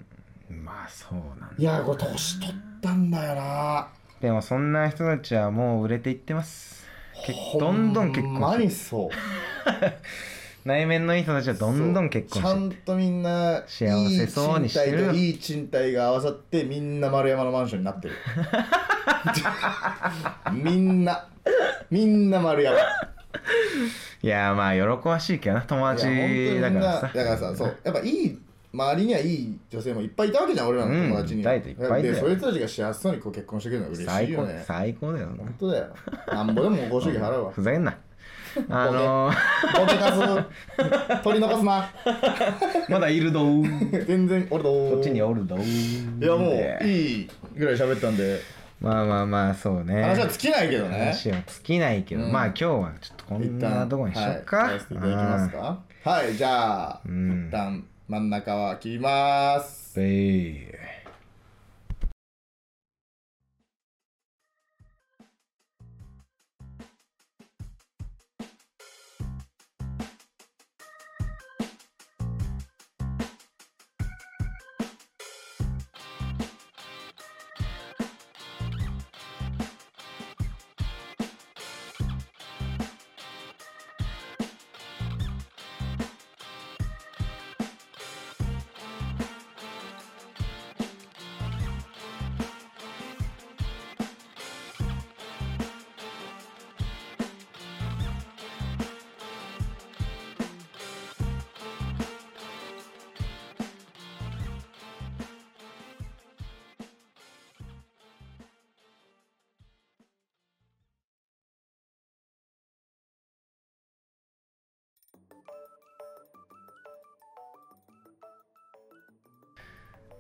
まあそうなん
い
だ
やこれ年取ったんだよな
でもそんな人たちはもう売れていってます結
ほ
どんどん結婚して
まにそう
内面のいい人たちはどんどん結婚
そうちゃ
し
ん
ていって
とみんな
幸せそうにしてるよ
いい賃貸といい賃貸が合わさってみんな丸山のマンションにな ってるみんなみんな丸山
いやまあ喜ばしいけどな友達
いや
だ
本当にみん
か
な
らさ
だからさそうやっぱいい周りにはいい女性もいっぱいいたわけじゃん俺らの友達に、
うんいっぱいいたいっぱいいたよ
でそういう人たちが幸せそうにこう結婚してくれるのは嬉しい
最
よ
高
ね
最高だよな
本当だよなんぼでもご祝儀払うわ
ふざけんなあのー、
ボケカス取り残すな
まだいるどー
全然俺と
こっちにおるどー
いやもういいぐらい喋ったんで
まあまあまあそうね
話は尽きないけどね
話は尽きないけど、
うん
まあ今日はちょっとこんなとこにしよっか、
はい、やらせていただきますかはいじゃあ、
うん
一旦真ん中は切ります
うんえい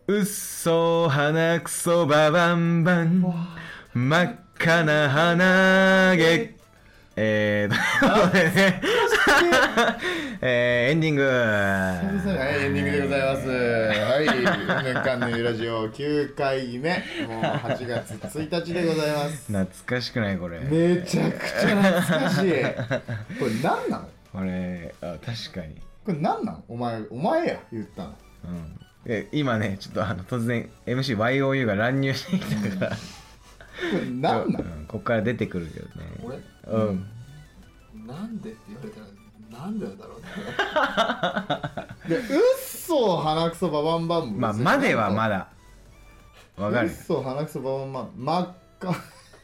うっそ鼻くそばばんばん真っ赤な鼻毛えー、ということでね、 えーエンディング
はい、エンディングでございます。はい、年間のラジオ9回目、もう8月1日でございます。
懐かしくないこれ、
めちゃくちゃ懐かしい。 これ何なの
これあ確かに、
これ何なのお前、お前や、言ったの。
うん、え今ねちょっとあの突然 MCYOU が乱入してきたから
これ何なの
うん、こっから出てくるけどね
俺
うん
なんでって言われたらなんでなんだろうね
で、うっそ、鼻くそ、ばばんばんも
まあまではまだわか
うっ
る
そ、鼻くそ、ばばんばん。真っ赤。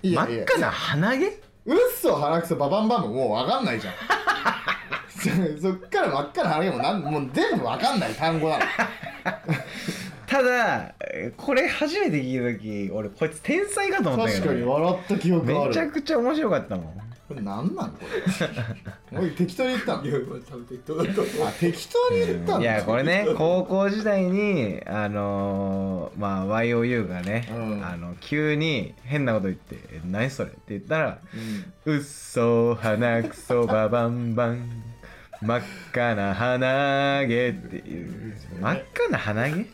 い
真
やい
っ
や
赤な鼻毛
うっそ、鼻くそ、ばばんばんももうわかんないじゃん。 そそっから真っ赤な鼻毛もなんもう全部わかんない単語なの。
ただえーこれ初めて聞いた時俺こいつ天才かと思ったけ
確
ど
かに笑った記憶ある。
めちゃくちゃ面白かったもん
これ何なんこれおい適当に言ったの
いやまあ多分適当だと思う
あ適当に言ったの
いやこれね高校時代にあのーまあ YOU がね、
うん
あの急に変なこと言って「え何それ?」って言ったら
うん
「うっそ鼻くそばばんばん真っ赤な鼻毛」っていう真っ赤な鼻毛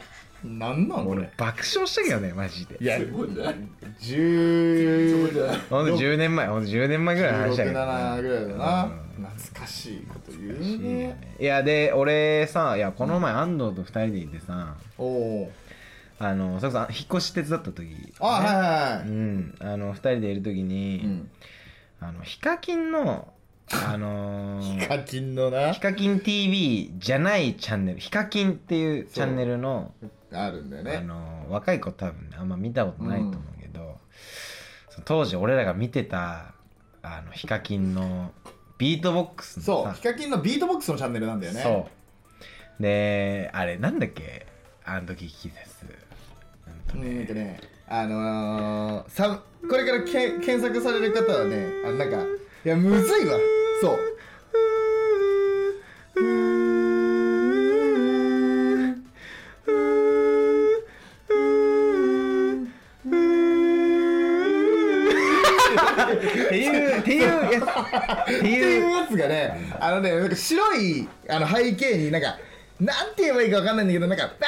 何なんこ
俺
れ
爆笑したけどねマジで
いや
すごいんじゃないすごいんじ
10
ゃない
ほんと10年前ほんと10年前ぐらいの話だけど
1617ぐらいだな
うん
懐かしいこと言うね
いやで俺さいやこの前安藤と2人でいてさ
おお
あのそれこそ引っ越し手伝った時
あはいうはい
んあの2人でいる時に、
うん
あのヒカキンのあのー
ヒカキンのな
ヒカキン TV じゃないチャンネルヒカキンっていうチャンネルの、
あるんだよ
あ
ね
のー若い子多分ねあんま見たことないと思うけど、その当時俺らが見てたあのヒカキンのビートボックスのさ
そうヒカキンのビートボックスのチャンネルなんだよね
そうであれなんだっけあの時聞いたやつうん
う
とね
んとねあのー、さこれからけ検索される方はねあなんかいやむずいわそう
っていうっていうやつって
って
い
いううやつがね、あのね、なんか白いあの背景になんか、なんて言えばいいかわかんないんだけど、なんか、バー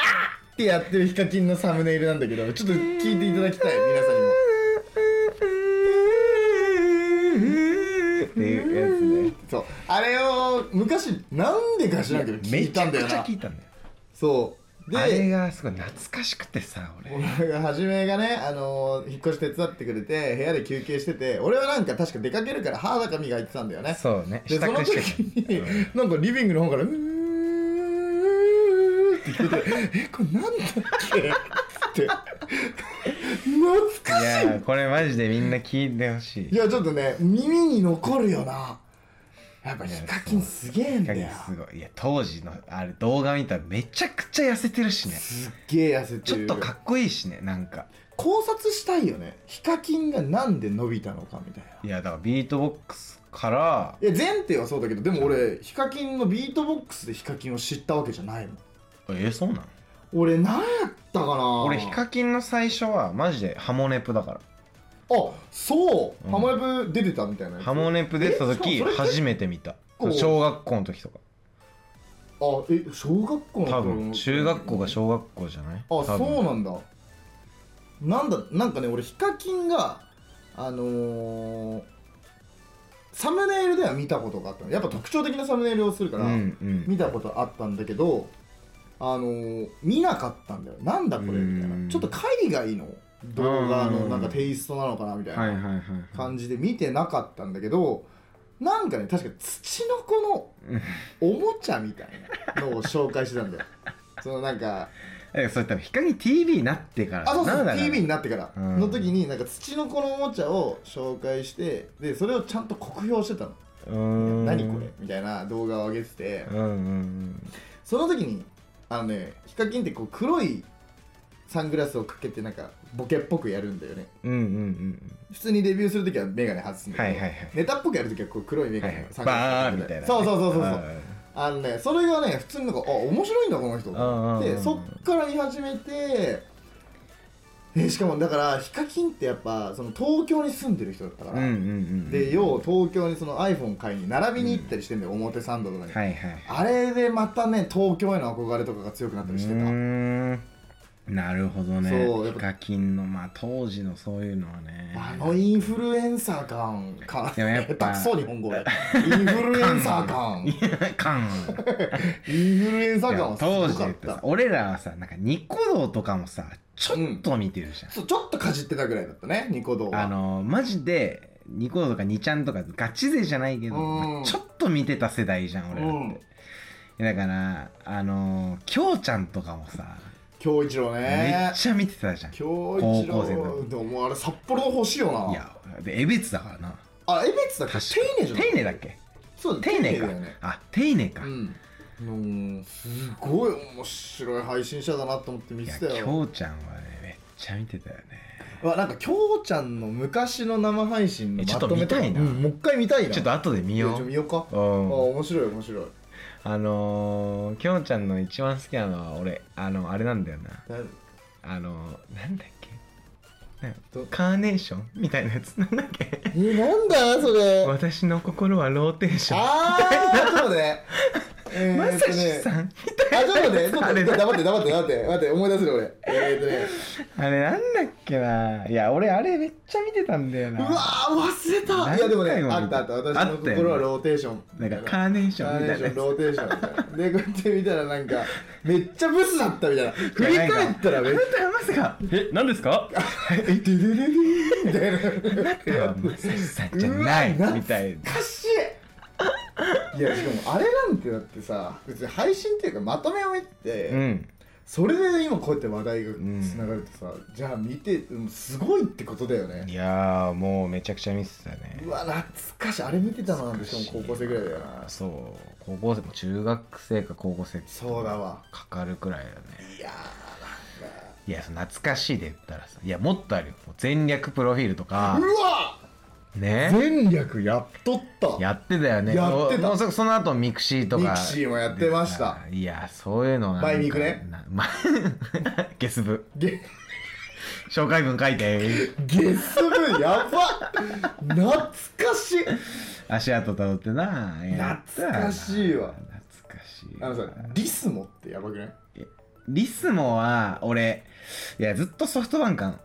ってやってるヒカキンのサムネイルなんだけど、ちょっと聞いていただきたい、皆さんにも。
っていうや
そう、あれを昔、なんでか知らんけど、
つね
聞
め
い
ち
た
ゃ
んだ
く
よ
ちゃ
な
聞。いたんだよ
そう。
あれ
で、
がすごい懐かしくてさ俺
俺が初めがね、あのー引っ越し手伝ってくれて、部屋で休憩してて、俺はなんか確か出かけるから歯だか磨いてたんだよね。
そうね
で
支
その
度
時
してた
に、なんかリビングの方から「うー」って聞こえて「えこれなんだっけ?」って懐
い
かし
やこれマジでみんな聞いてほしい
いいやちょっとね耳に残るよなやっぱ
いや
ヒカキンすげえんだよ
すごいいや当時のあれ動画見たらめちゃくちゃ痩せてるしね
すっげえ痩せて
ちょっ
る
とかっこいいしねなんか
考察したいよねヒカキンがなんで伸びたのかみたいない
やだからビートボックスから
いや前提はそうだけどでも俺ヒカキンのビートボックスでヒカキンを知ったわけじゃないもん
えそうなの
俺何やったかな
俺ヒカキンの最初はマジでハモネプだか
あそう、
うん
ハモネプ出てたみたいな
ら
やつ
ハモネプ出た
え
時
そうそれ
初めて見た
結構
小学校の時とか
あえ小学校の頃
多分中学校が小学校じゃな
あ
い多分
そうなんだなんだなんかね俺ヒカキンがあのーサムネイルでは見たことがあったのやっぱ特徴的なサムネイルをするから、
うんうん
見たことあったんだけどあのー見なかったんだよなんだこれみた
う
い
ん
なちょっと海外の動画のなんかテイストなのかなみたいな、
はいはいはい
感じで見てなかったんだけどなんかね確か土の子の
うん
おもちゃみたいなのを紹介してた んだよそのなんか
えそれ多分ヒカキン TV になってから
あそうそ
な
うん
だろ
TV になってから
うん
の時になんか土の子のおもちゃを紹介してでそれをちゃんと酷評してたの
うー
「
ん
何これ?」みたいな動画を上げてて
うんうんうん
その時にあのねヒカキンってこう黒いサングラスをかけてなんかボケっぽくやるんだよね
うんうんうん
普通にデビューする時はメガネ外すんだけど
はいはいはい
ネタっぽくやる時はこう黒いメ
は
ガ
いは
ネ
い
をサングラス
バ
か
ー
け
ン
て
みたいな
そうそうそうそうそう
う
あのねそれがね普通になんかあ面白いんだこの人と思っ
うんうん
て
うん
そっから言い始めてえしかもだからヒカキンってやっぱその東京に住んでる人だったか
うん
ら、
うんうん
でよう東京にその iPhone 買いに並びに行ったりしてんだよ、表参道とかに、
はいはい
あれでまたね東京への憧れとかが強くなったりして
う
た、
ーんなるほどね
そうやっ
ヒ
ぱ
カキンのまあ当時のそういうのはね
あの インフルエンサー感かな
でもやっぱ
下手くそ日本語でインフルエンサー 感イン
カン
フルエンサー感はす
当
ご
時
か
だ
っ
ってさ
た
俺らはさなんかニコ動とかもさちょっと見てるじゃん、
そうちょっとかじってたぐらいだったねニコ動は
あのマジでニコ動とかニちゃんとかガチ勢じゃないけど、
うん
まあちょっと見てた世代じゃん俺らって、だからあのー京ちゃんとかもさ
京一郎
め
ね
っちゃ見てたじゃん
京一
高校生の
郎でももうあれ札幌の星よない
やでえべつだからな
あえべつだっけ
確か
丁寧じゃん
丁寧だっけ
そう
丁寧か
だよね
あ丁寧か、
うんもうすごい面白い配信者だなと思って見
いや
てたよ
京ちゃんはねめっちゃ見てたよね
うわなんか京ちゃんの昔の生配信の
えちょ
ま
っと
とめ
見たいな
うんもう一回見たいな
ちょっと後で見
いや
よ
ちょっと
う
見ようかあ
うん
面白い面白い
あのー、きょんちゃんの一番好きなのは俺あのあれなんだよな
な
あのー、なんだっけなんか
ど
カーネーションみたいなやつなんだっけ
えなんだそれ
私の心はローテーション
あーちょっと待ってえ
ま
ーっと
さ
ね
しさん
あちょっ と待ってちょっ
あ
と
れだ
黙って黙って黙って待って思い出せる俺えーっとね
あれなんだっけないや俺あれめっちゃ見てたんだよ
う
な
わー忘れたいやでもねあったあった私の心はローテーション
なんかカーネーションみたいな
カーネーシ
やつ
ョンローテーションみたいなでこうやって見たらなんかめっちゃブスだったみたいな振り返ったらめ
あ
っ
な
ちゃ
たはまさかえ何ですか
えででででみたいな
あなたはまさしさんじゃない
懐
みたいな
おかしいいやしかもあれなんてだってさ別に配信っていうかまとめを見て、
うん
それで今こうやって話題がつながるとさ、じゃあ見てうんすごいってことだよね
いやーもうめちゃくちゃ見てたね
うわ懐かしいあれ見てたのなんてしかも高校生ぐらいだよな
そう高校生も中学生か高校生
そうだわ
かかるくらいだね
いや
いや懐かしいで言ったらさいやもっとあるよもう全略プロフィールと
ー
か
うわ
ね
全略やっとった
やってたよね
やってた
もうそその後ミクシーとか
ミクシーもやってました
いやそういうのなんか
バイミクね
なま ゲス部
ゲ
紹介文書いて
ゲス部やば懐かしい
足跡たどってなやった
懐
な
かしいわ
懐かしい
あのさリスモってやばくない
リスモは俺いやずっとソフトバンクなの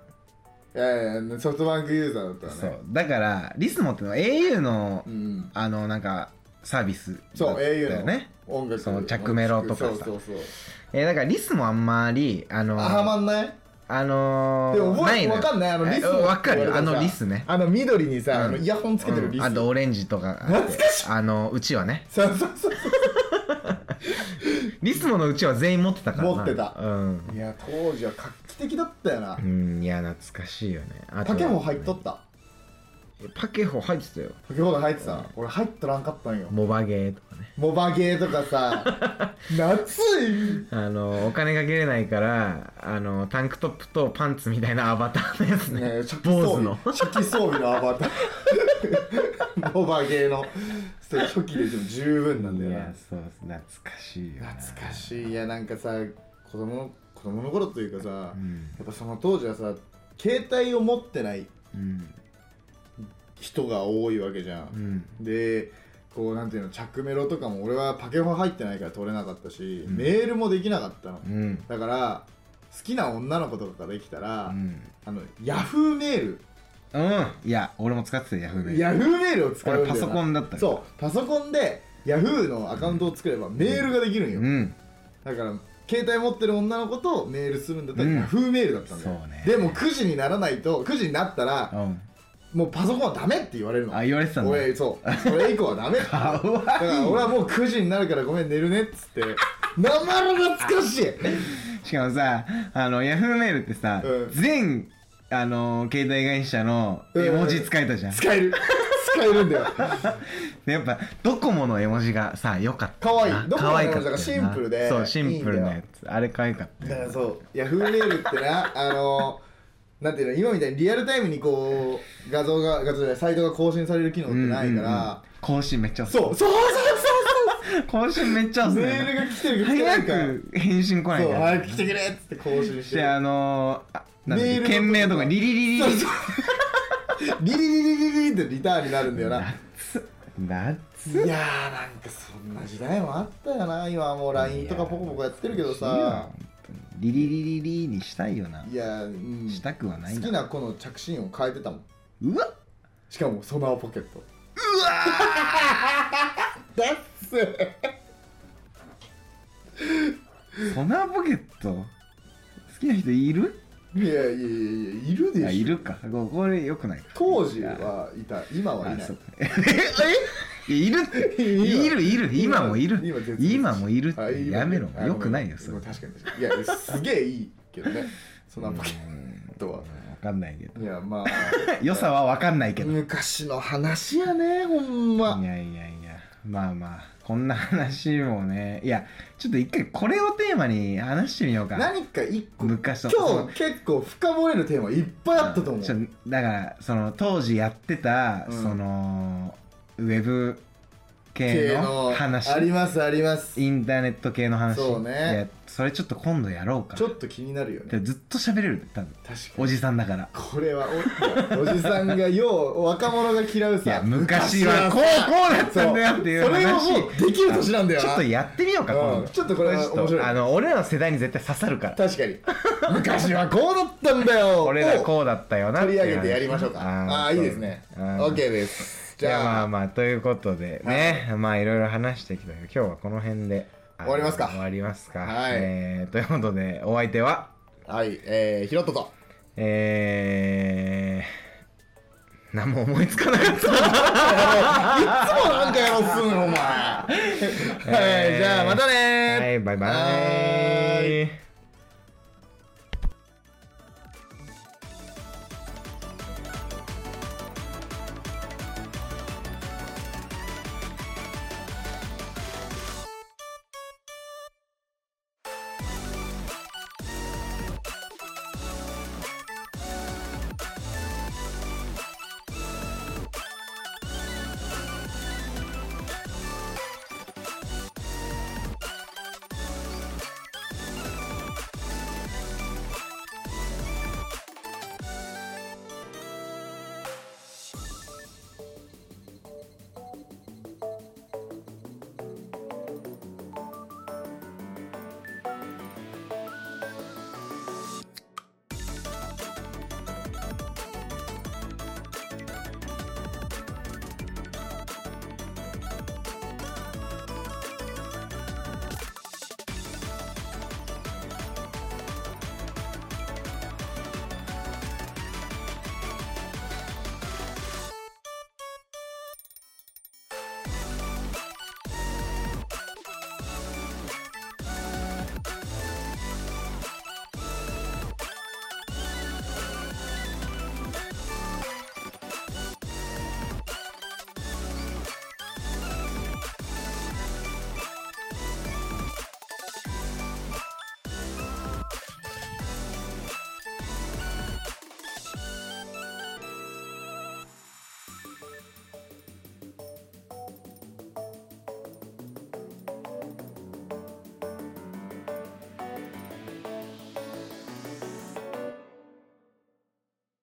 いやいやソフトバンクユーザーだった
そ
らね
うだからリスモってのは au の、
うん
あのなんかサービス
そう
だったよ
au の
ね
音楽
その着メロとかさ
そうそうそう
えーだからリスもあんまりあのー、
あはまんない
あのー、
でも覚え
のよ
わかんないあのリス
え
モ
わかるよあのリスね
あの緑にさあの
うん
イヤホンつけてるリ
うん
ス
あとオレンジとか
懐かしい
あのうちはね
そうそうそう
リスモのうちは全員持ってたからな
持ってた
うん、
いや当時は画期的だったよな
うん、いや懐かしいよねあと
パケホ入っとった
パケホ入ってたよ
パケホが入ってた俺入っとらんかったんよ
モバゲーとかね
モバゲーとか さ夏い
あのお金かけれないからあのタンクトップとパンツみたいなアバターのやつね
ね初期
坊
装
主の
備初期装備のアバター モバゲーのそれ初期ででも十分なんだよ
い
な
やそう懐かしいよな
懐かしいいやなんかさ子供の子供の頃というかさ、や
うん
っぱその当時はさ携帯を持ってない
うん
人が多いわけじゃ、
うんん
でこうなんていうの着メロとかも俺はパケホ入ってないから取れなかったし、
うん
メールもできなかったの、
うん
だから好きな女の子とかができたら、
うん
あのヤフーメール、
うんいや俺も使ってたよヤフーメール
ヤフーメールを使うんだよ
俺
な
パソコンだったから
そうパソコンでヤフーのアカウントを作ればメールができるんよ、
うん
だから携帯持ってる女の子とメールするんだったら
うん
ヤフーメールだったんだよ、
そうね
でも9時にならないと9時になったら
うん
もうパソコンはダメって言われるの
あ言われてたんだ
俺そうそれ以降はダ メって
かわいい
だから俺はもう9時になるからごめん寝るねっつって生の懐かしい
しかもさあのヤフーメールってさ、
うん
全あの携帯会社の
うん
絵文字使えたじゃん、
使える使えるんだよ
でやっぱドコモの絵文字がさ良かった
可愛い
な
ドコモの絵文字だから
可愛ったよな
シンプルで
そうシンプルなやつあれ可愛かった
だから
よ
そうヤフーメールってなあのなんていうの今みたいにリアルタイムにこう画像が画像じゃないサイトが更新される機能ってないから、
うんうんうん更新めっちゃ遅い
そうそうそうそう
更新めっちゃ遅い
メ
な
ールが来てるけど来てない
早
から
く返信来ない
そう
か
早く来てくれっつって更新して
であのー、あなんだっ
メー
け
ルの
件名とかリリリリ
そうそうリリリリリリリってリターンになるんだよな
夏夏
いやーなんかそんな時代もあったよな今はもう LINE とかポコポコやってるけど
いや
さ
本当にリリリリリにしたいよない
やうん
したくはない
好きな子の着信音変えてたもん
うわっ
しかもソナーポケットうわーだっせ
ソナーポケット好きな人いる
いやいやいやいやいるでしょ
あいるかここれよくないか
当時はいた今はい
あ
な
そ
いう
かええいるっているいる今もいる
今絶滅
今もいるっ
あ
てやめろ
あ
よくないよ
ご
そ
めん
れ
確かに確かにいやすげえいいけどねソナーポケットは
分かん ないけど
いやまあ
良さは分かんないけどい
昔の話やねほんま
やいやいやまあまあこんな話もねいやちょっと一回これをテーマに話してみようか
何か一個今
昔の
日結構深掘れるテーマいっぱいあったと思う
ちょだからその当時やってた、
うん
そのウェブ系
系
の
の
話
ありますあります
インターネット系の話
そうね
いやそれちょっと今度やろうか
ちょっと気になるよね
でずっと喋れる多分
確か
お
に
じさんだから
これはおいやおじさんがよう若者が嫌う
いや
さ
昔はこう
さ
こうだったんだよっていう
そうそれは
話
もうできる年なんだよ
ちょっ
な
とやってみようか、
うん
今度
ちょっとこれは
ちょっと
面白い
あの俺らの世代に絶対刺さるから
確かに昔はこうだったんだよ
俺ら こうだったよな
取り上げてやりましょうか
ー
ああーいいですね
そうあー
OK ですじ
じゃあま
ゃ
あ
あ
まあということでね、まあいろいろ話してきたけど今日はこの辺であの
終わりますか
終わりますか
はい
えーということでお相手は
はいえーひろっとと
えー、何も思いつかな かった
いつもなんかやろうっすんのお前はいじゃあまたねー
はいバイバ
はー
イ